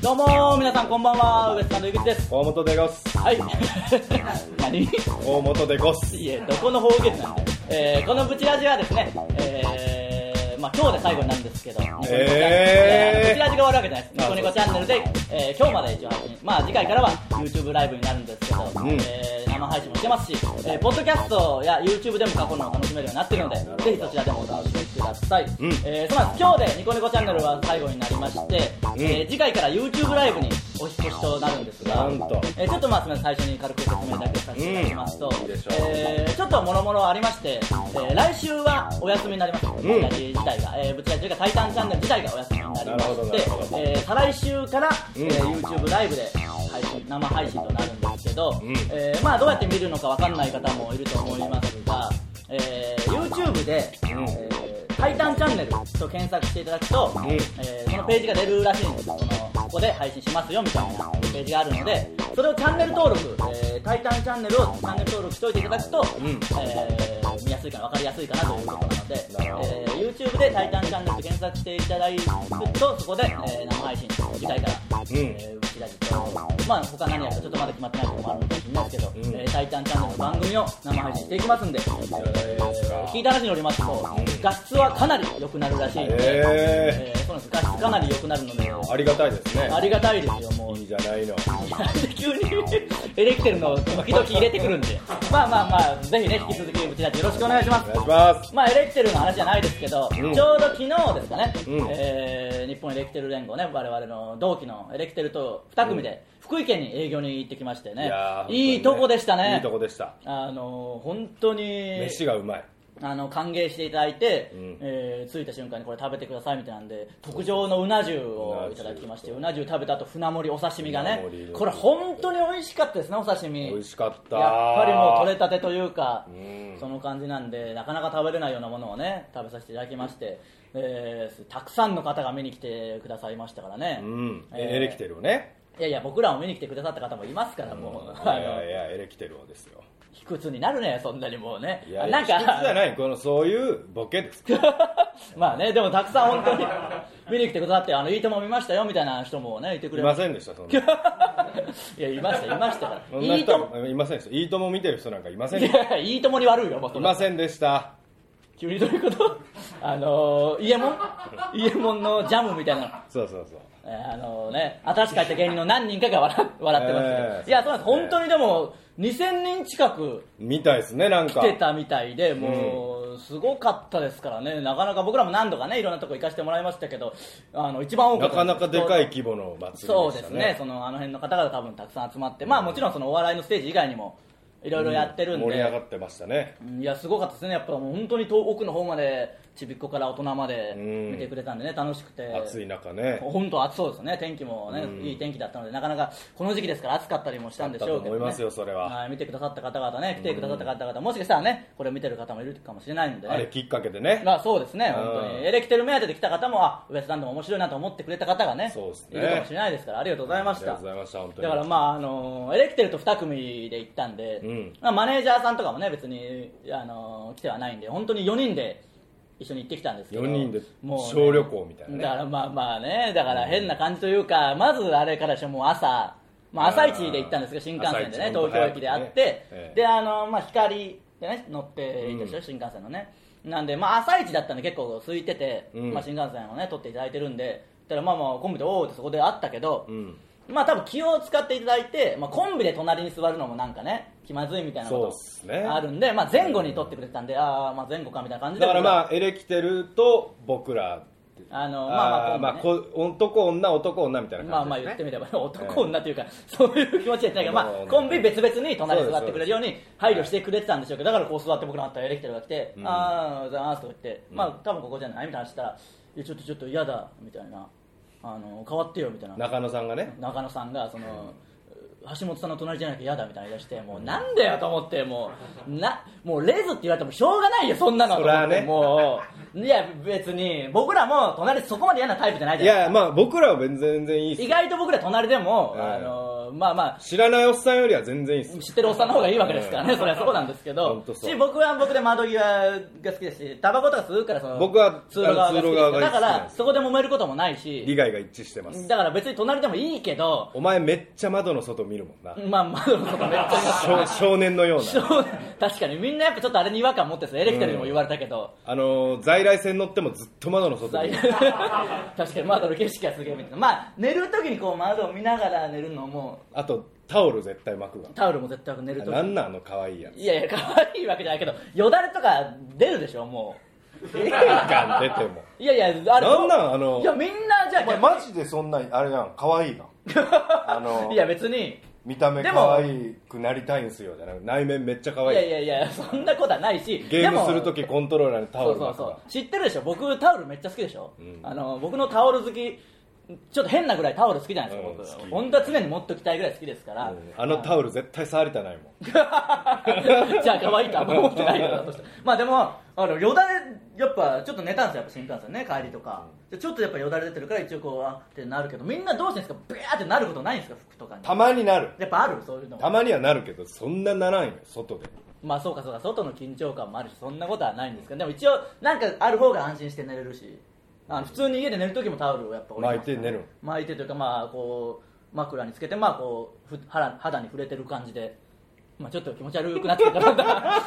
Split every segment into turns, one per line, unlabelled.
どうもー皆さんこんばんはウエスタンの井口です
大本でごす。
はい 何
大本でごす。
いえどこの方言なんだよ、えー、このブチラジはですねえーまあ今日で最後になるんですけど、ニコニコチャンネル
えー
ブチラジが終わるわけじゃないです。ニコニコチャンネルで、えー、今日まで一応配信、まあ次回からは YouTube ライブになるんですけど、
ん
えー生配信もしてますし、えー、ポッドキャストや YouTube でも過去のを楽しめるようになってるので、ぜひそちらでもお楽しみください。
うん
えー、そうなんです。今日でニコニコチャンネルは最後になりまして、えー次回から YouTube ライブにお引っ越しとなるんですが、
なんと
えーちょっとまあすみません最初に軽く説明だけさせていただきますと、
うんいいでしょう
えーちょっともろもろありまして、えー来週はお休みになります、ブチラジ自体が、えー、ブチラジというか、タイタンチャンネル自体がお休みになりま
なるほどなる
し
ほ
て
ど、
えー再来週から、
うん
えー YouTube ライブで配信生配信となるんですけど、
うん
えーまあ、どうやって見るのかわかんない方もいると思いますが、えー YouTube で、
ん
えータイタンチャンネルと検索していただくと、
ん
えーそのページが出るらしいんですこのここで配信しますよみたいなページがあるのでそれをチャンネル登録、えータイタンチャンネルをチャンネル登録しておいていただくと、
ん
えー見やすいかな分かりやすいかなということなので、え
なるほど
ー YouTube で「タイタンチャンネル」と検索していただくとそこで、えー生配信次回から、
うん
えーうちらじと、まあ、他何やるかちょっとまだ決まってないところもあるかもしれないですけど「
うん
えータイタンチャンネル」の番組を生配信していきますんで、えー聞いた話によりますと画質はかなり良くなるらしいので、
え
えーそうなんです画質かなり良くなるので
ー、ありがたいですね。
ありがたいですよもう
いいじゃないの。
急に エレキテルの時々入れてくるんでまあまあまあぜひね引き続きうちだちよろしくお願いしま
お
す
願いします。
まあエレキテルの話じゃないですけど、
うん
ちょうど昨日ですかね、
うん
えー日本エレキテル連合ね我々の同期のエレキテルと2組で福井県に営業に行ってきましてね
いや
い
ー本当にね
いとこでしたね
いいとこでした。
あのー本当に
飯がうまい。
あの歓迎していただいて、
うん
えー着いた瞬間にこれ食べてくださいみたいなんで特上のうな重をいただきましてうな重食べた後船盛りお刺身がね
船盛り
これ本当に美味しかったですねお刺身
美味しかった。
やっぱりもう取れたてというか、
うん
その感じなんでなかなか食べれないようなものをね食べさせていただきまして、えーたくさんの方が見に来てくださいましたからね、
うん。
えー
エレキテルをね。
いやいや僕らを見に来てくださった方もいますから
い
もう、あ
やい
の
やいや、エレキテルをですよ。
卑屈になるねそんなにもうね
いやいや、
なんか
卑屈じゃない。この、そういうボケです。
まあね、でもたくさん本当に 見に来てくださって、あの、いいとも見ましたよみたいな人もね、いてく
い
れ
ま
ます。
せんでした、そんな。
いや、いました、いましたか
そ
ら。
んない
いとも、
人、いませんでした。いいとも見てる人なんかいません
い
でした。
や、いいともに悪いよ、もう
い
そんな
ませんでした。
急にどういうこと あのー、イエモンイエモンのジャムみたいなの。
そうそうそう。
えーあのね、新しく入った芸人の何人かが笑笑ってますけど、
えー
いや、そうなんです。本当にでも、2000人近く
みたいですね、なんか。
来てたみたいで、もう、すごかったですからね、なかなか僕らも何度かね、いろんなとこ行かせてもらいましたけど、あの、一番多か
な
った
かなかでかい規模の祭
そう
り
で
でした
す
ね
ね、。そのあの辺の方々、多分たくさん集まって、まあもちろんそのお笑いのステージ以外にもいろいろやってるんで、
盛り上がってましたね。
うんいや、すごかったですね、やっぱもう本当に遠奥の方まで、ちびっ子から大人まで
うん
見てくれたんでね、楽しくて、
暑い中ね。
本当暑そうですね、天気もね、
うん
いい天気だったので、なかなかこの時期ですから暑かったりもしたんでしょうけど、ね、
だったと思いますよそれはい
見てくださった方々ね、来てくださった方々、もしかしたらね、これ見てる方もいるかもしれないんで、ね、
あれきっかけでね。
まあそうですね、本当
うん
にエレキテル目当てで来た方も、あウエストランドも面白いなと思ってくれた方がね、
そうですね
いるかもしれないですから、ありがとうございました。
ありがとうございました本当に
だからまあ、あのーエレキテルと2組で行ったんで、
うん
まあ、マネージャーさんとかもね、別に、あのー来てはないんで、本当に4人で一緒に行ってきたんですけど、
4人で
もうね
小旅行みたいなね
だからまあまあね、だから変な感じというか、まずあれからしてもう朝、まあ、朝一で行ったんですけど、新幹線でね、
朝一本
東京
当早く
駅
ね
で会って、
ええ
で、あのーまあ、光でね、乗っていたでしょ、
うん
新幹線のねなんで、まあ、朝一だったんで結構空いてて、
うん
まあ、新幹線をね取っていただいてるんでたらまあまあコンビでおおってそこであったけど、
うん。
まあ多分気を使っていただいて、まあ、コンビで隣に座るのもなんかね気まずいみたいなこ
そうっすね
とあるんで、まあ、前後に取ってくれてたんで、ああまあ前後かみたいな感じで
だからまあエレキテルと僕らって
あのまあまあ
ーまあ
今度
こ
ま
男女男女みたいな感じです、ね、
あまあ言ってみれば男女というか、そういう気持ちじゃないけど、ま
そう
あ、
ね
コンビ別々に隣に座ってくれるように配慮してくれてたんでしょうけどだからこう座って僕のあったエレキテルが来て「
ん
ああざます」とか言って「まあ多分ここじゃない?」みたいな話したら「いやちょっとちょっと嫌だ」みたいな「あの変わってよ」みたいな
中野さんがね
中野さんがその、橋本さんの隣じゃなきゃ嫌だみたいな言い出してもうなんだよと思ってもうなもうレズって言われてもしょうがないよそんなの
そりゃね
と思ってもういや別に僕らも隣そこまで嫌なタイプじゃない
い
じゃない
やまあ僕らは全然いいっ
意
す
外と僕ら隣でも、
うん
あのまあまあ
知らないおっさんよりは全然いいっす
知ってるおっさんの方がいいわけですからね、それはそうなんですけど
本当、そう
し僕は僕で窓際が好きですし、タバコとか吸うからその、
僕は
通路側
あ
が
の
好
通
きで
路
す
側
か
が
ら、だか
好きなん
ら
です
そこで揉めることもない
利
し、
害が一致してます
だから別に隣でもいいけど、
お前めっちゃ窓の外見るもんな
まあ、窓のことめっちゃ言いますから
少少年のような
そう確かにみんなやっぱちょっとあれに違和感持ってるんですよエレキテルにも言われたけど、
あのー在来線乗ってもずっと窓の外
在
見る
確かに窓の景色がすげえみたいな、まあ、寝る時にこう窓を見ながら寝るのも、
あとタオル絶対巻くわ
タオルも絶対寝る
あ
時
なんなんあの可愛いやつ
いやいや、可愛いわけじゃないけど、よだれとか出るでしょ、も う。
が出ても
いやいや、あれ
なんなんあの
いや、みんな、じゃあ、
マジでそんなあれなん可愛いなあの
いや、別に、
見た目
でも
可愛い
くなりたいんすよじゃなく内面めっちゃ可
い
愛い
やいやいや、そんなことはないし、
ゲームする
と
ときコントローラーにタ
そ
オ
う
ル
そ
巻
う
く
そ
わ
う、知ってるでしょ、僕、タオルめっちゃ好きでしょ、あの僕のタオル好き、ちょっと変なぐらいタオル好きじゃないですか、
うん好
僕、
き
本当は常に持っときたいぐらい好きです から、
うんあのタオル絶対触りたないもん
じゃあ可愛いとあんま思ってないよな としてまあでもあのよだれやっぱちょっと寝たんですよやっぱ新幹線ね帰りとか、でちょっとやっぱよだれ出てるから一応こうあってなるけどみんなどうしてんですかビャーってなることないんですか服とかに
たまになる
やっぱあるそういうの
たまにはなるけどそんなならんよ外で
まあそうかそうか外の緊張感もあるしそんなことはないんですけどでも一応なんかある方が安心して寝れるしあの普通に家で寝る時もタオルをやっぱ折ります
巻いて寝る
巻いてというかまあこう枕につけてまあこうふ肌肌に触れてる感じで。まあちょっと気持ち悪くなってきた から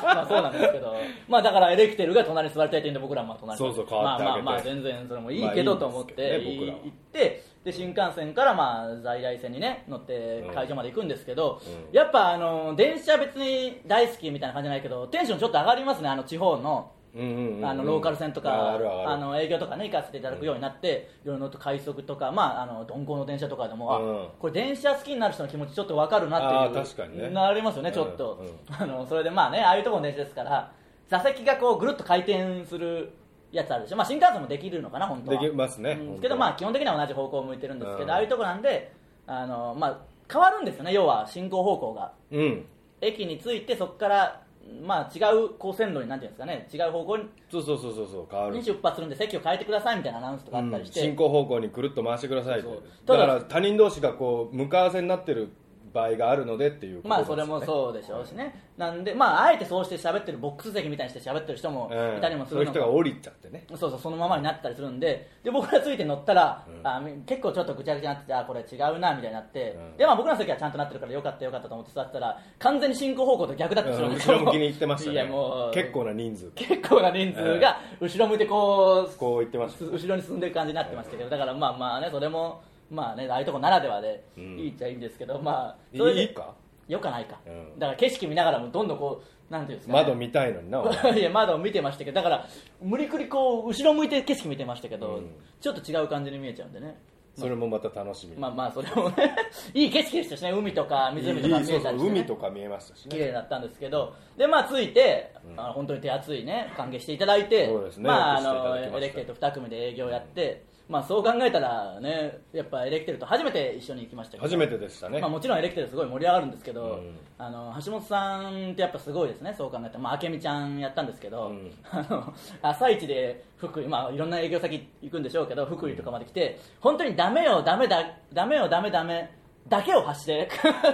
まあそうなんですけどまあだからエレキテルが隣に座りたいというんで僕らはまあ隣に座って
そうそう変わってあげて
まあまあまあ全然それもいいけどと思って、
まあいいんですけどね僕らは
行ってで新幹線からまあ在来線にね乗って会場まで行くんですけど、
うん
やっぱあの電車別に大好きみたいな感じじゃないけどテンションちょっと上がりますねあの地方の。
うんうんうんうん
あのローカル線とか、
あるある
あの営業とかね行かせていただくようになって、いろいろと快速とか、まあ、あの鈍行の電車とかでも、あ
うん
これ電車好きになる人の気持ちちょっと分かるなっていう
あー確かにね
なりますよねちょっと、
うんう
あのそれでまあねああいうところの電車ですから座席がこうぐるっと回転するやつあるでしょ、まあ、新幹線もできるのかな本当は
できますね
うん
本当は
けどまあ基本的には同じ方向を向いてるんですけど、
うん
ああいうとこなんであの、まあ、変わるんですよね要は進行方向が。
うん
駅に着いてそこから、まあ、違うこう線路になんていうんですかね違う方向に
そうそうそうそうそう変わる
に出発するんで席を変えてくださいみたいなアナウンスとかあったりして、
うん進行方向にくるっと回してくださいって
そうた
だ
だ
から他人同士がこう向かい合わせになってる場合があるのでっていうこと
まあ
です
そ
よ
れ
ね
もそうでしょうしね、なんでまああえてそうして喋ってるボックス席みたいにして喋ってる人も
うん
いたりもす
そうい
る
う
の
人が降りちゃって ね
そうそうそのままになったりするんでで僕らついて乗ったら、あみ結構ちょっとぐちゃぐちゃになっててあこれ違うなみたいになって、
うん
でまあ、僕らの席はちゃんとなってるからよかったよかったと思って座ったら完全に進行方向と逆だったりす
う
るん
ん
です
後
よ
ろ向きに行ってました
いや
ね
もう
結構な人数
結構な人数が後ろ向いてこう
こう言ってました
す後ろに進んでる感じになってましたけどだからまあまあねそれもまあねああいうとこならではでい
ん
いっちゃいいんですけどまあそれで
いいか
よかないか
うん
だから景色見ながらもどんどんこうなんていうんですかね
窓見たいのになお 前
いや窓を見てましたけどだから無理くりこう後ろ向いて景色見てましたけど
うん
ちょっと違う感じに見えちゃうんでね
それもまた楽しみ
まあまあそれもね いい景色でしたしね海とか湖とか見
いいそ
え
う
た
そ
りし
う
てね
海とか見えましたし
綺
ね
麗だったんですけど、でまあ着いて、あの本当に手厚いね歓迎していただいて、
そうですね
まああ
よくしていただきました
のエレキテルと2組で営業やって、まあそう考えたらね、やっぱエレキテルと初めて一緒に行きましたけど、
初めてでしたね
まあもちろんエレキテルすごい盛り上がるんですけど、
うん
あの橋本さんってやっぱすごいですね。そう考えたら、まあ明美ちゃんやったんですけど、
うん
あの朝一で福井、まあいろんな営業先行くんでしょうけど、福井とかまで来て、本当にダメよダメだダメよダメダメだけを発して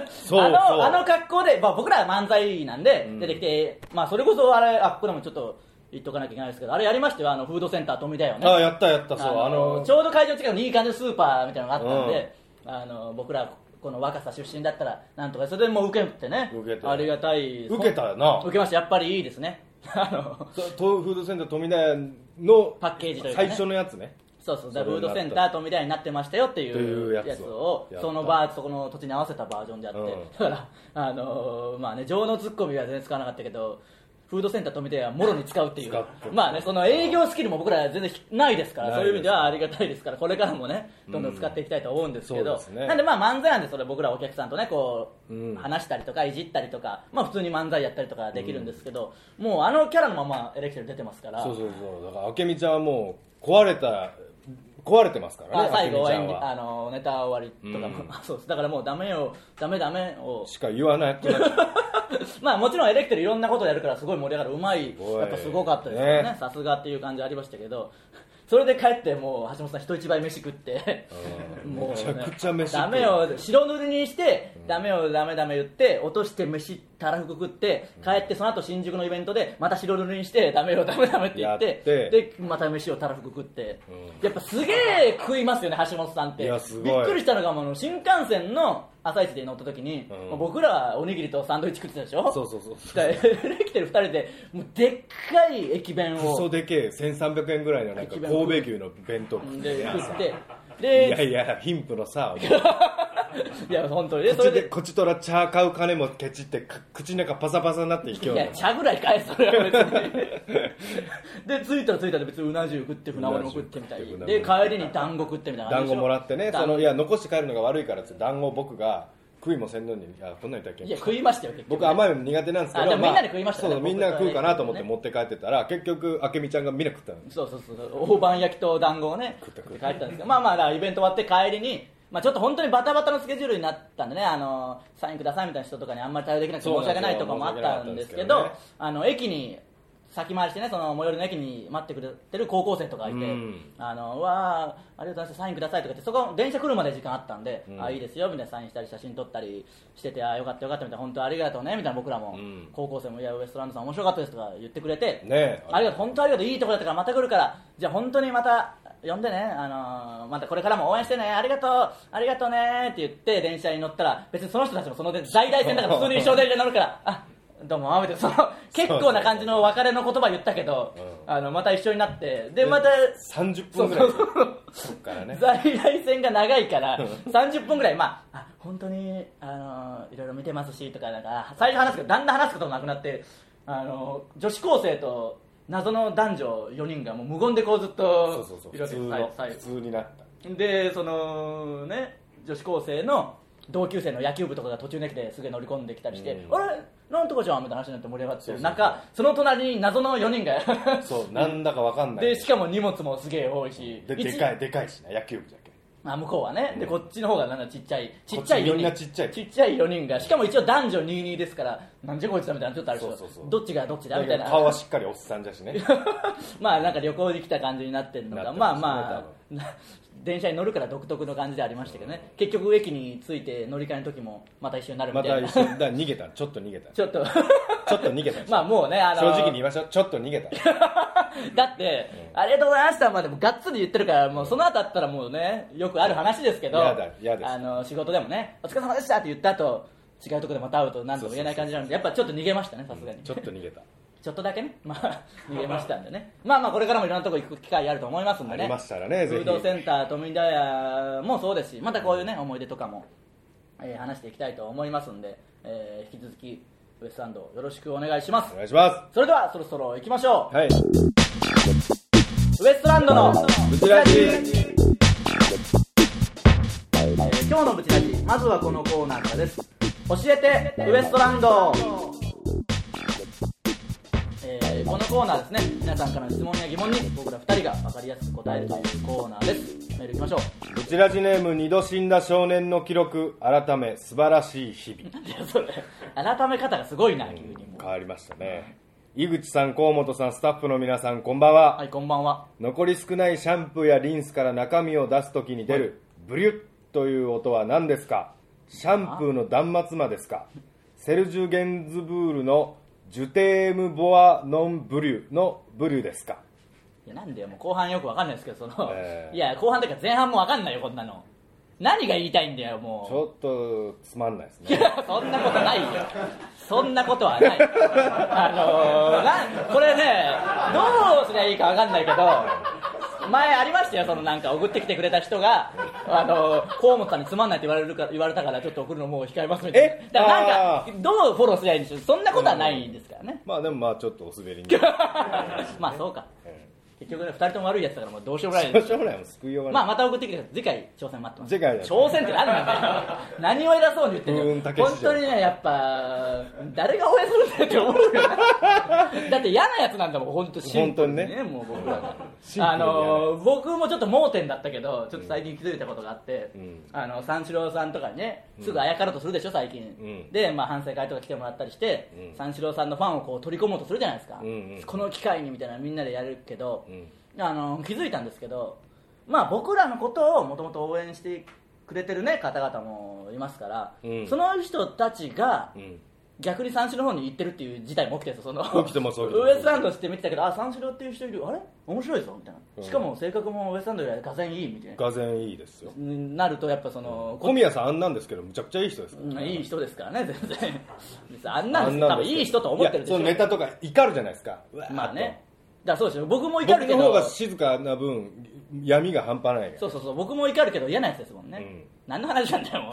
そう
あのあ
そう
の格好で、まあ、僕らは漫才なんで
うん
出てきて、まあ、それこそあれあここでもちょっと言っとかなきゃいけないですけどあれやりましたよあのフードセンター富田よね
あやったやったそうあの
ちょうど会場近くにいい感じのスーパーみたいなのがあったんで、あの僕らこの若さ出身だったらなんとかそれでもう受けてね
受けて
ありがたい
受けたよな
受けましたやっぱりいいですね あの
そう東フードセンター富田屋の
パッケージというかね
最初のやつね
そうそうだ
そ
フー
れ
ド
になった
センターとみたいになってましたよってい
といううやつを
やつを
やった
そのバーそこの土地に合わせたバージョンであって、
うん
だからあのーまあね情のツッコミは全然使わなかったけどフードセンターとみてはもろに使うっていう
使って
まあねその営業スキルも僕ら全然ないですから
ない
そういう意味ではあ
で
りがたいですからこれからもねどんどん使っていきたいと思うんですけど、
うんそうですね
なんでまあ漫才なんでそれ僕らお客さんとねこう、
うん
話したりとかいじったりとかまあ普通に漫才やったりとかできるんですけど、もうあのキャラのままエレキテル出てますから
そうそうそうだから明美ちゃんはもう壊れた壊れてますからね
あ最後
あ
は
き
演
みち
技あ
ゃんは
のネタ終わりとかも、
うん
そうですだからもうダメよダメダメを
しか言わ なくなっちゃう
まあもちろんエレキテルいろんなことやるからすごい盛り上がるうまい
ごい
やっぱすごかったですよね
ね
さすがっていう感じありましたけど それで帰ってもう橋本さん人一倍飯食って
うん
もうね
めちゃくちゃ飯食う
ダメよ白塗りにしてダメよダメダメ言って落として飯たらふく食って帰ってその後新宿のイベントでまた白塗りにしてダメよダメダメって言って
やって
でまた飯をたらふく食って、
う
やっぱすげえ食いますよね橋本さんって
いやすごい
びっくりしたのがもうあの新幹線の朝一で乗った時に、
うん
もう僕らはおにぎりとサンドイッチ食ってたでしょ
そうそうそうそう
でできてる2人でもうでっかい駅弁
クソ
を
でけえ1300円ぐらいのなんか
一
神
番
戸牛の弁当食って
で食ってで
いやいや貧富 のさ
いや本当にねそ
口
れ
で
で
こちとら茶買う金もケチってか口の中パサパサになって勢い
いや
で
茶ぐらい返すそれは別にで着いたら着いたら別にうな重食って船盛りも食ってみたいう
な重
で
食って
帰りに団子食ってみたいな
団子もらってね
団
そ
子
のいや残して帰るのが悪いからっつって団子を僕が食いもせんのにいやこんなん言ったらいけん
いや食いましたよ結局
僕甘いの苦手なんですけ
あで
ど
もみんなで食いましたね
そう
僕
みんなが食うかなと思って
ね
持って帰ってたら結局あけみちゃんがみんな食ったの
そうそうそう大判焼きと団子をね
食った食
帰
っ
ったんですけどまあまあだからイベント終わって帰りにまあちょっと本当にバタバタのスケジュールになったんでねあのサインくださいみたいな人とかにあんまり対応できなくて
そう
申し
なんですよ
訳ないとかもあったんですけ
申し訳な
ど
かったんです
あの駅に先回りしてねその最寄りの駅に待ってくれてる高校生とかがいて、
うん
あのうわーありがとうございますサインくださいとか言ってそこ電車来るまで時間あったんで、
うん
あいいですよみたいなサインしたり写真撮ったりしててあよかったよかったみたいな本当ありがとうねみたいな僕らも、
うん
高校生もいやウエストランドさん面白かったですとか言ってくれて、
ねえ
ありがとう本当ありがとういいとこだったからまた来るからじゃあ本当にまた呼んでね、あのーまたこれからも応援してねありがとうありがとうねって言って電車に乗ったら別にその人たちもその電在来線だから 普通に一生電車に乗る からあどうもみたいなその結構な感じの別れの言葉言ったけど、
う
あのまた一緒になってでまた
30分ぐらいそっからね
在来線が長いから30分ぐらい、まあ、あ本当に、あのいろいろ見てますしとかなんか最初話すけどだんだん話すこともなくなって、あの女子高生と謎の男女4人がもう無言でこうずっ
そ
と
うそうそう
いる
普
わけですはい
通の普通になった
はいでそのね女子高生の同級生の野球部とかが途中で来てすぐ乗り込んできたりして、
うん
あれなんとかじゃんみたいな話になって盛り上がってる
そうそう
中その隣に謎の4人 が
そうなんだかわかんない
でしかも荷物もすげえ多いし
で
一
でかいでかいしな野球部じゃけん
まあ、向こうはね、で
うん
こっちの方がなんだちっちゃいちっちゃい
こ
4人
っちみんなちっちゃい
4人がしかも一応男女22ですからなんじゃこいつだみたいなちょっとあるでしょ
そうそうそう
どっちがどっちだ
だ
み
け
たい
ど
な
顔はしっかりおっさんじ ゃしね
まあなんか旅行に来た感じになってるのが
なって
ま
ま
あ
すね
まあな電車に乗るから独特の感じでありましたけどね、結局駅に着いて乗り換えの時もまた一緒になるみ
ま
た
た
いな、
一緒にだから逃げたちょっと逃げ た
ちょっと
ちょっと逃げた
まあもうねあの
正直に言いましょうちょっと 逃げた
だって、ありがとうございましたまでもがっつり言ってるからもうその後だったらもうねよくある話ですけど
やだやです
あの仕事でもねお疲れ様でしたって言った後違うところでまた会うと何とも言えない感じなのでやっぱちょっと逃げましたねさすがに
ちょっと逃げた
ちょっとだけね まあ逃げましたんでねまあまあこれからもいろんなとこ行く機会あると思いますん
あ
でね
りましたらね
フ
ぜ
ー
ひ
ドセンター富田屋もそうですしまたこういうね思い出とかも、えー話していきたいと思いますんで、えー引き続きウエストランドよろしくお願いします
お願いしま
それではそろそろ行きましょう
すはい
ウエストランドの
ブチラジ
えー今日のブチラジまずはこのコーナーからです教えてウエストランドえーこのコーナーですね皆さんからの質問や疑問に僕ら2人が分かりやすく答えるというコーナーですメールいきましょう
ブチラジネーム二度死んだ少年の記録改め素晴らしい日々
いやそれ改め方がすごいな急にもう
変わりましたね井口さん河本さんスタッフの皆さんこんばんは、
はいこんばんは
残り少ないシャンプーやリンスから中身を出す時に出るブリュッという音は何ですかシャンプーの断末魔ですかセルジュ・ゲンズブールのジュテーム・ボア・ノン・ブリュのブリュですか
いやなんでよもう後半よくわかんないですけどその、
えー
いや後半というか前半もわかんないよこんなの何が言いたいんだよもう
ちょっとつまんないです
い
ね
や そんなことないよそんなことはないあのー、なんこれねどうすりゃいいかわかんないけど前ありましたよそのなんか送ってきてくれた人があのー河本さんにつまんないって言われるか言われたからちょっと送るのもう控えますみたいな
え
だからなん
あ
かどうフォローすりゃいいんでしょうそんなことはないんですからね
まあでもまあちょっとお滑りに
まあそうか結局ね、二人とも悪いやつだからもうどうしようもない
ど
で
うし
す
ようもないもん救いようが
ま
な
あ、
い、
また送ってきてください次回挑戦待ってます
次回だ
挑戦って何なんだよ 何を偉そうに言って
風
る
雲
の
竹市場
本当にねやっぱ誰が応援するんだよって思うよ ねだって嫌なやつなんだもん本当シンプルに
本当
もう僕ら
シンプルに嫌な
あのー僕もちょっと盲点だったけどちょっと最近気づいたことがあって、
うん
あの三四郎さんとかにねすぐあやかろうとするでしょ最近、
うん
で、まあ、反省会とか来てもらったりして、
うん
三四郎さんのファンをこう取り込もうとするじゃないですか、
うんうん
この機会にみたいなみんなでやるけど、
うん
あの気づいたんですけど、まあ、僕らのことをもともと応援してくれてる、ね、方々もいますから、
うん
その人たちが
うん
逆に三四郎の方に行ってるっていう事態も起きてるんですよその
起きてます起きてま
ウ
す
エストランドして見てたけどあ三四郎っていう人いるあれ面白いぞみたいなしかも性格もウエストランドよりがぜんいいみたいな
がぜんいいですよ
になるとやっぱその、こ
小宮さんあんなんですけどむちゃくちゃいい人ですから、
うんいい人ですからね全然別にあん
あ
なん
ん
です
な
多
ん
分
ですけど
いい人と思ってるでしょ
いやそのネタとか怒るじゃないですか
まあねだからそうですよ僕も
うわーっ
怒
と
る
僕
け
の方
ど
が静かな分闇が半端ない
そうそうそう僕も怒るけど嫌なやつですもんね、
うん
何の話なんだ よもう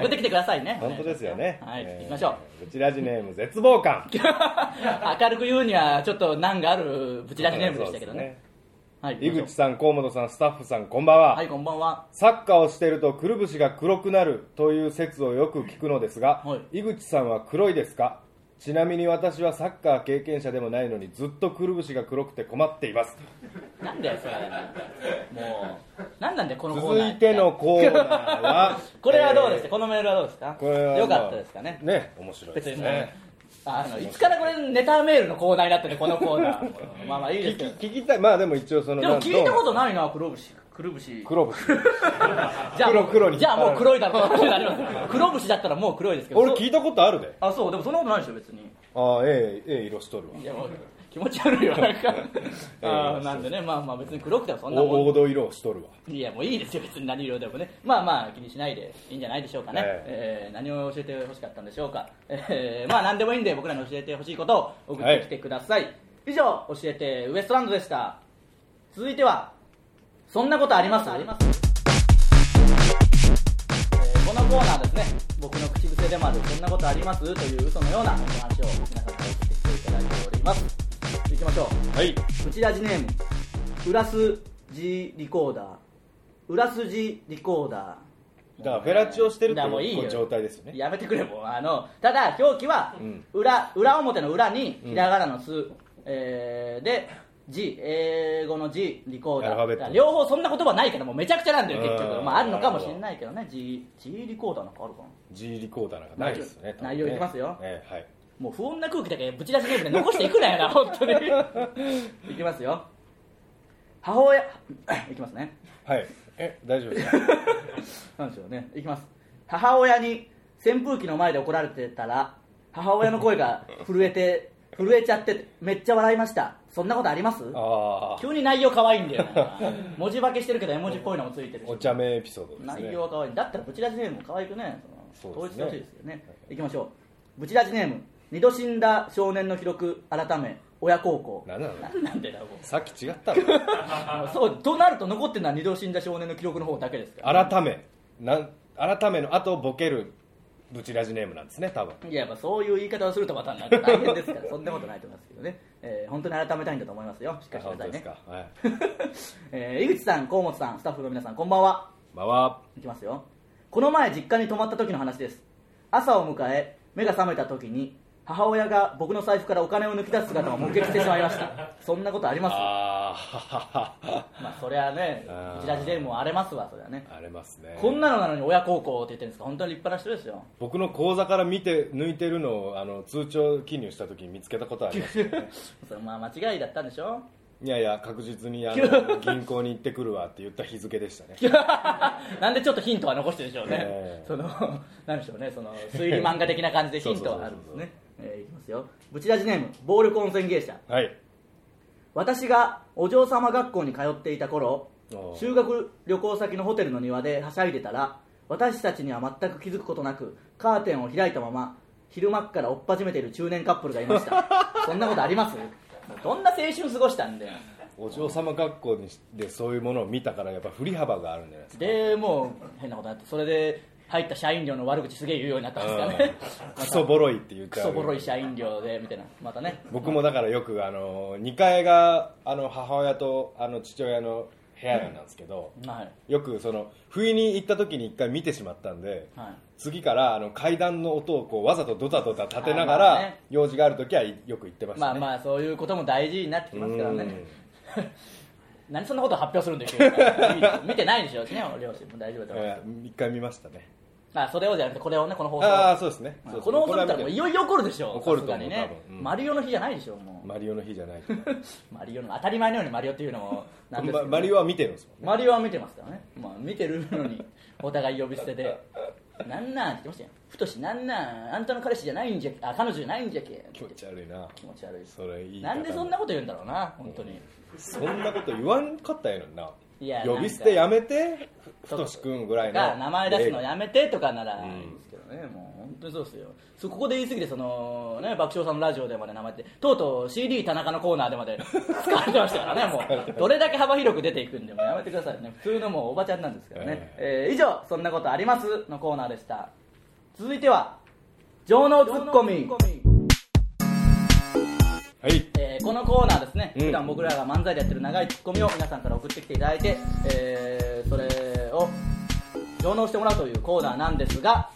送ってきてくださいね
本当ですよね
はい、
えー
行きましょう
ブチラジネーム絶望感
明るく言うにはちょっと難があるブチラジネームでしたけどねはい
井
行きま
口
しょ
さん河本さんスタッフさんこんばんは、
うはいこんばんは
サッカーをしているとくるぶしが黒くなるという説をよく聞くのですが、
は
井口さんは黒いですかちなみに私はサッカー経験者でもないのにずっとくるぶしが黒くて困っています
なんだよそれもう何なんだよこのコー
続
ナー
いてのコーナーは
これはどうです
す
か、このメールはどうですか
これはまあ
よかったですかね
ね面白いで
別に
す
もう、
ね
あのいつからこれネタメールのコーナーになってるこのコーナーまあまあいいですけど
聞き聞きたいまあでも一応その
でも
なん
聞いたこと
どう
ないな黒節黒節
黒 ぶし
じゃあ
黒黒に
じゃあもう黒いだろうってなります 黒節だったらもう黒いですけど
俺
そう
聞いたことあるで
あそうでもそんなことないでしょ別に
ああええええ色しとるわ
いやもう気持ち悪い よなんか
や
あーなんでねまあまあ別に黒くてもそんな
お
も
黄土色をしとるわ
んいやもういいですよ別に何色でもねまあまあ気にしないでいいんじゃないでしょうかね、え
え
ー何を教えてほしかったんでしょうか、えーまあ何でもいいんで僕らに教えてほしいことを送ってきてください、以上教えてウエストランドでした続いてはそんなことありますありますえーこのコーナーですね僕の口癖でもあるそんなことありますという嘘のようなお話を皆さんから送ってきていただいております行きましょ
はい、
ううちラジネーム裏筋リコーダー裏筋リコーダー
だからフェラチオしてるって
だ
いう
からもういいよ
状態ですよね
やめてくれもうあのただ表記は
うん
裏,、裏表の裏に
うん
ひらがなの「す」えーで「字」英語の「字」リコーダ
アルファベット
ー両方そんな言葉ないからもうめちゃくちゃなんだよ結
う
局
ん
まああるのかもしれないけどね「字」字リコーダーなんかあるかな
G リコーダーなんかないですよね
内容
多分ね
いきますよ
ええはい
もう不穏な空気だけぶち出しゲームで残していくな よな本当にいきますよ母親 いきますね
はい。え、大丈 夫ですか
なんでしょうねいきます母親に扇風機の前で怒られてたら母親の声が震えて震えちゃってめっちゃ笑いましたそんなことあります
ああ。
急に内容可愛いんだよな文字化けしてるけど絵文字っぽいのもついてるし
お茶目エピソードですね。
内容は可愛いだったらブチラジネームも可愛くねその
そう
統
で
一してほし
すね
いですよねいきましょうブチラジネーム二度死んだ少年の記録改め親孝行
なんなの
なんなんだよも
さっき違ったの
うそうとなると残ってるのは二度死んだ少年の記録の方だけですから
改め。なん、改めの後ボケるブチラジネームなんですね、多分。
いやまあそういう言い方をするとまたなんか大変ですから そんなことないと思いますけどね、えー本当に改めたいんだと思いますよしっかりしてくださいね、
か。はい。
えー井口さん河本さんスタッフの皆さんこんばんは
まあわ
いきますよこの前実家に泊まった時の話です朝を迎え目が覚めた時に母親が僕の財布からお金を抜き出す姿を目撃してしまいましたそんなことあります
ああ、
まあそりゃね
あー
うちらじでも荒れますわそりゃね
ありますね。
こんなのなのに親孝行って言ってるんですか本当に立派な人ですよ
僕の口座から見て、抜いてるのを、あの、通帳記入した時に見つけたことあ ります。
それまあ間違いだったんでしょ
いやいや、確実に、あ の、銀行に行ってくるわって言った日付でしたね。
なんでちょっとヒントは残してるでしょうね、
ええ
そのなんでしょうねその推理漫画的な感じでヒントはあるんですねえーいきますよブチラジネーム暴力温泉芸者
はい。
私がお嬢様学校に通っていた頃
おう
修学旅行先のホテルの庭ではしゃいでたら私たちには全く気づくことなくカーテンを開いたまま昼間っから追っ始めている中年カップルがいました そんなことありますどんな青春過ごしたんだよ
お嬢様学校にしでそういうものを見たからやっぱ振り幅があるんじゃないですか
でもう変なことになってそれで入った社員寮の悪口すげえ言うようになったんですからね
クソボロいって言っ
ク
ちゃう
ソボロい社員寮でみたいなまたね
僕もだからよくあの2階があの母親とあの父親の部屋なんですけど、
はい
よくその不意に行った時に1回見てしまったんで、
はい
次からあの階段の音をこうわざとドタドタ立てなが
あーまあ
ら
ね
用事がある時はよく行ってまし
ま
た
あ
ね、
まあそういうことも大事になってきますから
う
ね
ん
何 そんなこと発表するんですよ見てないでしょうしね両親も大丈夫だと思いま
えー一回見ましたね
すあそれをじゃなくてこれをねこの放送
ああそうですね、
まあ
そうそう
この放送見たらも
こ
うい
れは
よいよ怒るでしょ
怒ると思う
さすがにね
多分うん
マリオの日じゃないでしょもう
マリオの日じゃない
マリオの当たり前のようにマリオっていうのもなんですけど、
まマリオは見てるんですもん
マリオは見てますからね、まあ、見てるのにお互い呼び捨てで「なんなん」って言ってましたよ「ふとしなんなんあんたの彼氏じゃないんじゃけあ彼女じゃないんじゃけ」って
気持ち悪いな
気持ち悪いです
それいい
なんでそんなこと言うんだろうな本当に
そんなこと言わんかったやろない
や
呼び捨てやめてふとしくんぐらい
が
の
名前出すの
や
やめてとかならいいですけどね、もう本当にそうですよそうここで言い過ぎてその、ね、爆笑さんのラジオでまで名前ってとうとう CD 田中のコーナーでまで 使われてましたからねもうどれだけ幅広く出ていくんでもうやめてくださいね普通のもうおばちゃんなんですからね、えー以上「そんなことあります」のコーナーでした続いては「情能ツッコミ」
はい
えーこのコーナーですね、
うん
普段僕らが漫才でやってる長いツッコミを皆さんから送ってきていただいて、えーそれを上納してもらうというコーナーなんですが、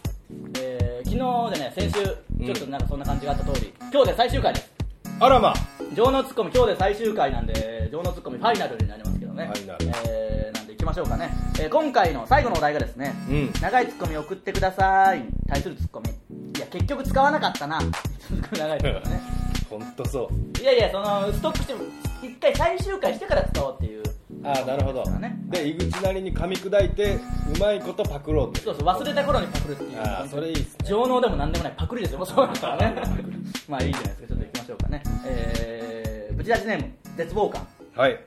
えー昨日でね先
うん
週ちょっとなんかそんな感じがあった通り、今日で最終回です
あらま
上納ツッコミ今日で最終回なんで上納ツッコミファイナルになりますけどね
ファイナル
えーなんでいきましょうかね、えー今回の最後のお題がですね、
うん
長いツッコミ送ってくださいに対するツッコミいや結局使わなかったな 長いツッコミね
本当そう
いやいや、そのストックしても、一回最終回してから使おうっていう、
ああなるほど
ね
で井口なりに噛み砕いてうまいことパクろうってい
そうそう、忘れた頃にパクるっていう、
ああそれいいっすね
上納でもなんでもない、パクリ ですよ、もうそうなんですからね、 まあいいじゃないですか、ちょっと行きましょうかね、えー、ぶち出しネーム、絶望感、
はい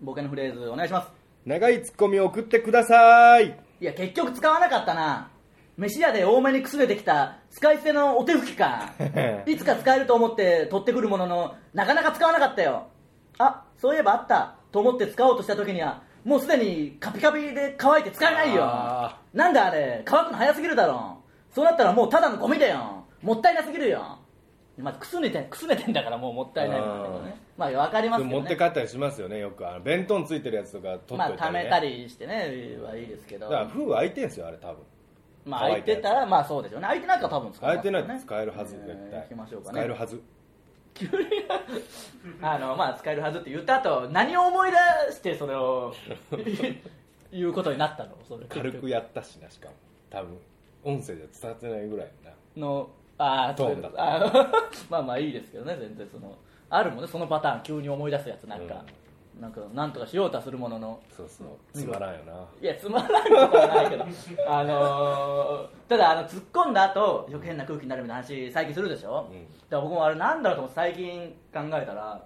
ボケのフレーズ、お願いします。
長いツッコミを送ってください
いや、結局使わなかったな、飯屋で多めにくすべてきた、使い捨てのお手拭き か、いつか使えると思って取ってくるものの、なかなか使わなかったよ、あそういえばあったと思って使おうとした時には、もうすでにカピカピで乾いて使えないよ
あ、
なんだあれ、乾くの早すぎるだろ、そうなったらもうただのゴミだよ、もったいなすぎるよ。まずくすねてくすねてんだからもうもったいないもんだけどねまあわかります
で
けど
も
ね
持って帰ったりしますよねよくあの弁当についてるやつとか取っ
まあ
といた
貯
り、ね
めたりしてねはいいですけど
だから封開いてんすよあれ多分
まあ
乾
空
い
い
たや
て
つ
たらまあそうでしょうね空いてないから多分使え
開
ま
い
す
て
よ
な
ね
いと使えるはず絶
えー
対
行きましょうかね
使えるはず
急にあのまあ使えるはずって言った後何を思い出してそれを 言うことになったのそれ
軽くやったしなしかも多分音声じゃ伝わってないぐらいやな
のああ
ト
そ
ー
う
ン
い
だ
う
っ
こと
た
あー まあまあいいですけどね全然そのあるもんねそのパターン急に思い出すやつなんか、なんかなんとかしようとはするものの
そうそうつまらんよない
やつまらんことはないけどあのーただあの突っ込んだ後余計変な空気になるみたいな話最近するでしょ、
うん
だから僕もあれなんだろうと思って最近考えたら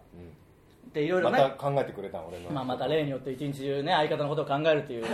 でいろいろ
ま
ね
た考えてくれたん俺の
まあ、また例によって一日中ね相方のことを考えるという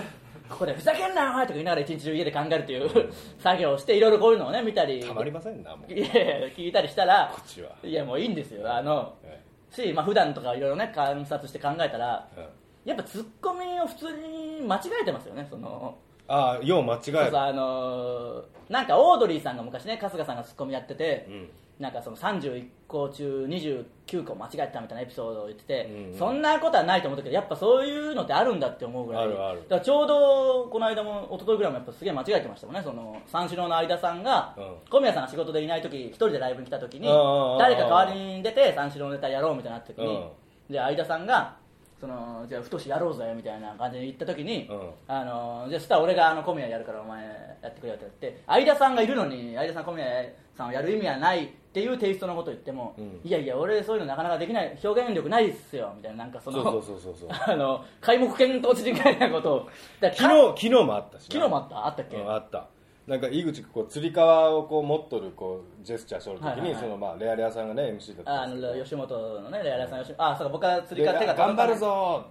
ここでふざけんなお前とか言いながら一日中家で考えるという作業をしていろいろこういうのをね見たり
たまりませんなもう
いやいや聞いたりしたら
こっちはい
やもういいんですよあの
え
し、まあ普段とかいろいろね観察して考えたら
えうん
やっぱツッコミを普通に間違えてますよねその
ああよう間違え
そうそう
る
あのーなんかオードリーさんが昔ね春日さんがツッコミやってて、
うん
なんかその31個中29個間違えたみたいなエピソードを言ってて、
うんうん
そんなことはないと思ったけどやっぱそういうのってあるんだって思うぐらい
あるある
だからちょうどこの間も一昨日ぐらいもやっぱすげえ間違えてましたもんねその三四郎の相田さんが、
うん
小宮さんが仕事でいない時一人でライブに来た時に
ああああ
誰か代わりに出て三四郎のネタやろうみたいになった時に、
うん
で相田さんがそのじゃあ太しやろうぜみたいな感じで言った時に、
うん
あのじゃあそしたら俺があの小宮やるからお前やってくれよって言って相田さんがいるのに相田さん小宮さんをやる意味はないっていうテイストのことを言っても、
うん
いやいや俺そういうのなかなかできない表現力ないっすよみたいななんかそ
そ
の
うそうそうそうそう
あの開目検討知事会みたいなことをだから
昨日昨日もあったしな
昨日もあったあったっけ、
うんあったなんか井口こう釣り革をこう持っとるこうジェスチャーしとる時に、
はいはいはい
そのまあレアレアさんがね MC だった
あ
んですけど
の吉本のねレアレアさん吉本あそうか僕は釣り
で
買ってから
頑張るぞ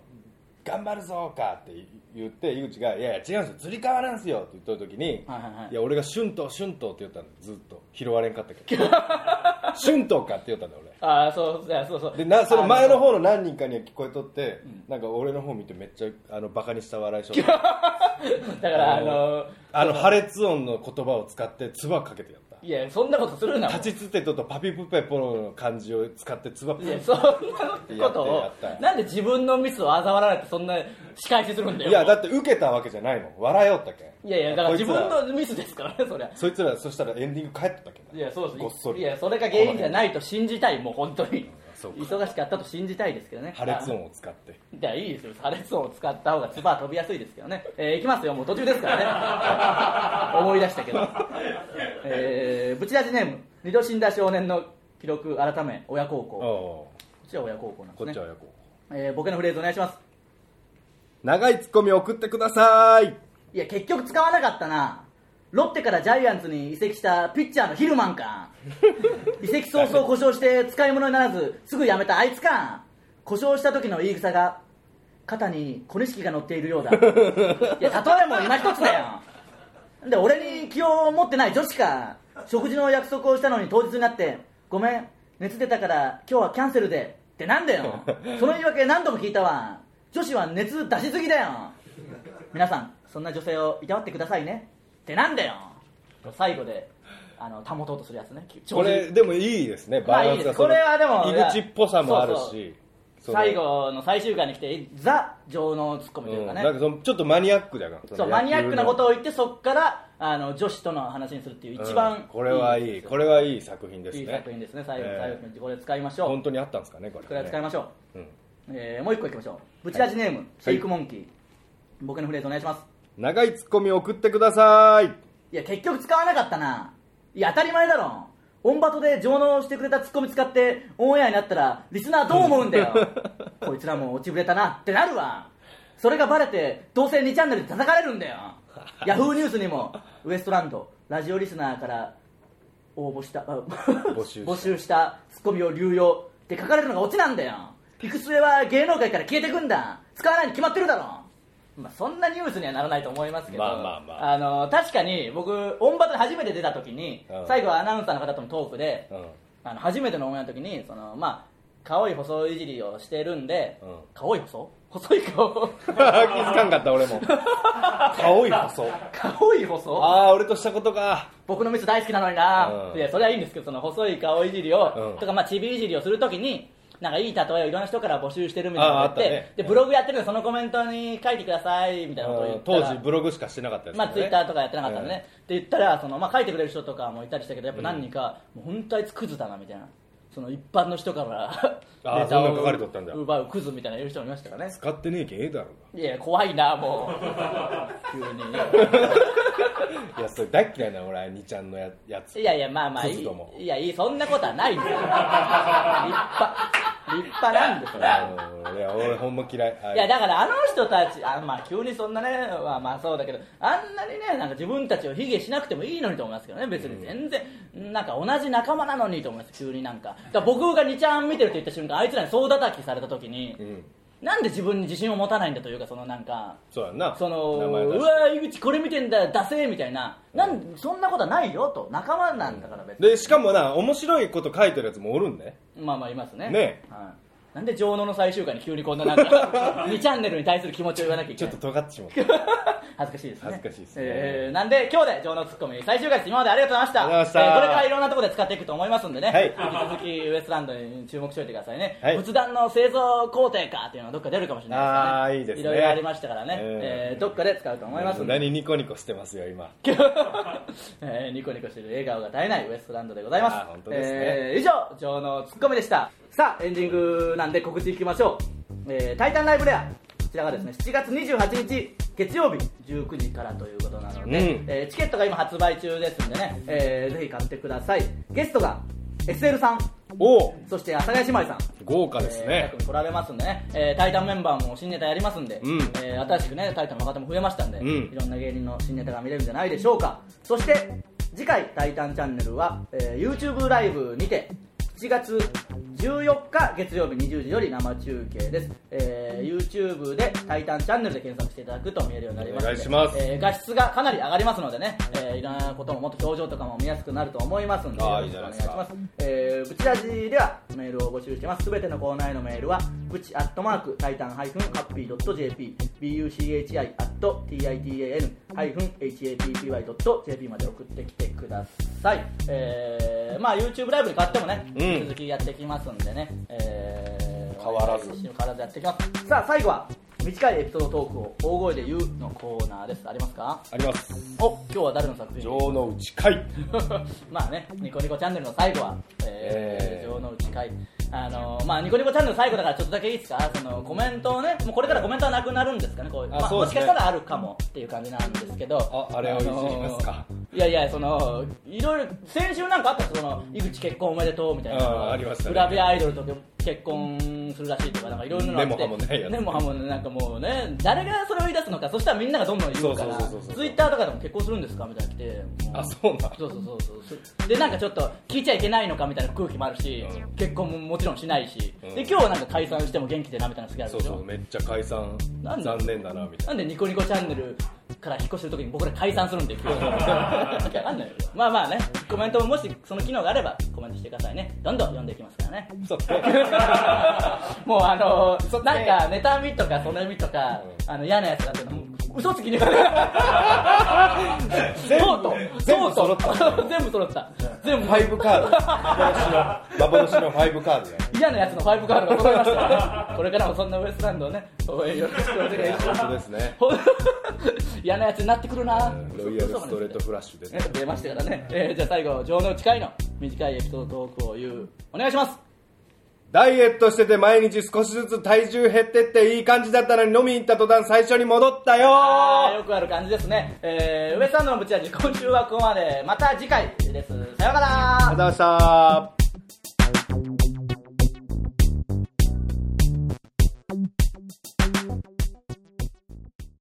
頑張るぞかって言って井口が「いやいや違うんですよ釣り革なんですよ」って言っとる時に「
はいはいはい
や 俺が春闘春闘」って言ったんだずっと拾われんかったけど春闘かって言ったんだ俺
ああそうそうそうそう
でなその前の
方
方の何人かには聞こえとって、なんか俺の方見てめっちゃあのバカにした笑いしょ って
だからあの
あの破裂音の言葉を使って唾かけてやった
いやそんなことするなもう
立ちつてととパピプペポロの漢字を使って唾
いやそんなこと
や
を
ったやった
なんで自分のミスを嘲笑われてそんな仕返しするんだよ
いやだって受けたわけじゃないもん笑いよったけん
いやいやだから
こい
自
つ
分のミスですからねそりゃ
そいつらそしたらエンディング帰っとったけん
いやそうです
ごっそ
い
り
やそれが原因じゃないと信じたいもう本当に
そうか
忙しかったと信じたいですけどね
破裂音を使って
じゃあいいですよ、破裂音を使った方が唾は飛びやすいですけどね、えーいきますよ、もう途中です からね、思い出したけど、えー、ぶち出しネーム、二度死んだ少年の記録、改め、親孝行、こ
おお
っちは親孝行なん
うこ
で
っ
す
ち
ね
は、やこう
えーボケのフレーズお願いします、
長いツッコミ送ってください
いや、結局使わなかったな、ロッテからジャイアンツに移籍したピッチャーのヒルマンか、移籍早々故障して使い物にならず、すぐ辞めたあいつか、故障した時の言い草が、肩に小錦が乗っているようだ。いや例えも今一つだよで俺に気を持ってない女子か食事の約束をしたのに当日になってごめん熱出たから今日はキャンセルでってなんだ よその言い訳何度も聞いたわ女子は熱出しすぎだよ皆さんそんな女性をいたわってくださいねってなんだよ最後であの保とうとするやつね
これでもいいですねバ
まあ
ランスが
いいですこれはでも
その井口っぽさもある
そうそう
しその
最後の最終回に来てザ情のツッコミというかね、
うんなんかそのちょっとマニアックだから
そうマニアックなことを言ってそこからあの女子との話にするっていう一番いい、
これはいいこれはいい作品ですね
いい作品ですね最後
え
の
え
最後にこれ使いましょう
本当にあったんですかねこれ
これは使いましょう、
うん
えーもう一個いきましょうぶちラジネーム、シェイクモンキー僕のフレーズお願いします
長いツッコミ送ってください
いや結局使わなかったないや当たり前だろオンバトで上納してくれたツッコミ使ってオンエアになったらリスナーどう思うんだ よこいつらも落ちぶれたなってなるわそれがバレてどうせ2チャンネルで叩かれるんだよヤフーニュースにもウエストランドラジオリスナーから応募したあ 募
集した
したツッコミを流用って書かれるのがオチなんだよ行く末は芸能界から消えてくんだ使わないに決まってるだろまあ、そんなニュースにはならないと思いますけど、
まあまあまあ
あの確かに僕、オンバトで初めて出た時に、
うん
最後はアナウンサーの方とのトークで、
うん
あの初めてのオンエアの時にそのまあ顔い細いじりをしてるんで、
うん
顔い細細い顔
気づかんかった俺も顔い細
顔い細
ああ俺としたことか
僕のミス大好きなのにな、
うん
いやそれはいいんですけどその細い顔いじりを、
うん
とかまあちびいじりをする時になんかいい例えをいろんな人から募集してるみたいなのがあって
あああったね
でブログやってるんでそのコメントに書いてくださいみたいなことを言
う
っ
ん
たら
当時ブログしかしてなかったやつだ
まあ、
ね
ツイッターとかやってなかったんでね、って言ったらその、まあ、書いてくれる人とかもいたりしたけどやっぱ何人か、もう本当あいつクズだなみたいなその一般の人から
あー
ネタ
そんな
を
ん書かれとったんだ
奪うクズみたいな言う人もいましたからね
使ってねえけんええだろ
いや怖いなも う急
うがいやそれ大っ嫌いな俺あにちゃんのややつ
に いやいやまあまあい
クズ
い
ども
いやいいそんなことはないんですよ立派立派なんですよ
うんいや俺ほんま嫌いあれ
いやだからあの人たちあまあ急にそんなねまあまあそうだけどあんなにねなんか自分たちを卑下しなくてもいいのにと思いますけどね別に全然、なんか同じ仲間なのにと思います急になんかだから僕が2ちゃん見てると言った瞬間あいつらに総叩きされた時に、
うん
なんで自分に自信を持たないんだというかそのなんか
そうやんな
その
名前出
う
して
わ井口これ見てんだダセーみたいななんそんなことはないよと仲間なんだから別に、
でしかもな面白いこと書いてるやつもおるんで
まあまあいますね
ね
はい、なんで上野の最終回に急にこんななんか2チャンネルに対する気持ちを言わなきゃいけ
ちょ
な
っ
い
と尖ってしまった
恥ずかしいですね
恥ずかしいですね
えーなんで今日で情のツッコミ最終回です今までありがとうございました
ありがとうございました
えーこれからいろんなところで使っていくと思いますんでね、
はい
引き続きウエストランドに注目しておいてくださいね、
はい
仏壇の製造工程かっていうのはどっか出るかもしれない
あーいい
で
です
からね
すね
ろいろありましたからね、え
えー
ーどっかで使うと思いますんで、
何ニコニコしてますよ今
えーニコニコしてる笑顔が絶えないウエストランドでございます
あー本当ですね
えー以上情のツッコミでしたさあエンディングなんで告知いきましょう「えータイタンライブレア」こちらがですね7月28日月曜日19時からということなので、
うん
えーチケットが今発売中ですんでね、えーぜひ買ってくださいゲストが SL さん
おお
そして阿佐ヶ谷姉妹さん
豪華です
えー
ね
早くに来られますんでね、えータイタンメンバーも新ネタやりますんで、
うん
えー新しくねタイタンの若手も増えましたんで、
うん
いろんな芸人の新ネタが見れるんじゃないでしょうかそして次回「タイタンチャンネルは」えー YouTube ライブにて7月14日月曜日20時より生中継です、えー YouTube で「タイタンチャンネル」で検索していただくと見えるようになりますので
お願いします
えー画質がかなり上がりますのでね、えーいろんなことももっと表情とかも見やすくなると思いますので
あー
よろしくお願いし
いいじゃない
ま
です
えーブチラジではメールを募集してますすべてのコーナーへのメールはブチアットマークタイタンハイフンハッピードット JP buchi アット titan ハイフン happy ドット JP まで送ってきてください、えー、まあ YouTube ライブに変わってもね、
うん
続きやってきますんでね、えー
変わらず
変わらずやっていきますさあ最後は短いエピソードトークを大声で言うのコーナーですありますか
あります
お今日は誰の作品
情の内海
まあね、ニコニコチャンネルの最後は、え
え
ー
ー
情の内会、あのーまあ、ニコニコチャンネルの最後だから、ちょっとだけいいですか、そのコメントをね、もうこれからコメントはなくなるんですかね、こういう
あ
まあ、
そう
も
で
し
すね
かしたらあるかもっていう感じなんですけど、
ああれをいじりますか
ーいやいや、そのいろいろ、先週なんかあったんですよその井口結婚おめでとうみたいな、
あーありましたね
グラビアアイドルと結婚するらしいとか、なんかいろいろなのあって、
根も葉もないやつ
根も葉もないなんかもうね、誰がそれを言い出すのか、そしたらみんながどんどん言うから
そうそうそうそうそう、
ツイッターとかでも結婚するんですかみたいなの来て、も
あそうなん
そうそうそうそうでなんかちょっと聞いちゃいけないのかみたいな空気もあるし、
うん
結婚ももちろんしないし、
うん
で今日はなんか解散しても元気でなみたいな時ある
そ
で
う
しょ
そうめっちゃ解散
なんで
残念だなみた
ないんでニコニコチャンネルから引っ越してる時に僕ら解散するんで 今日わかんないまあまあねコメントももしその機能があればコメントしてくださいねどんどん読んでいきますから ね
なそうね
もうあの
嘘つけ
なんか妬みとかそみとか、あの嫌なやつだってもう嘘つきに全部
全部揃った
全部揃った全部
ファイブカード幻の幻のファイブカードね
嫌なやつのファイブカードが届きましたからねこれからもそんなウエストランドをね応援よろしくお願いしま
本当ですね
す嫌なやつになってくるな
ロイヤルストレートフラッシュで
ね出ましたからね、えーじゃあ最後情の内会の短いエピソードトークを言うお願いします
ダイエットしてて毎日少しずつ体重減ってっていい感じだったのに飲みに行った途端最初に戻ったよ
あーよくある感じですね、えー、ウエストランドのブチラジ今週はここまでまた次回ですさようなら
ありがとうございました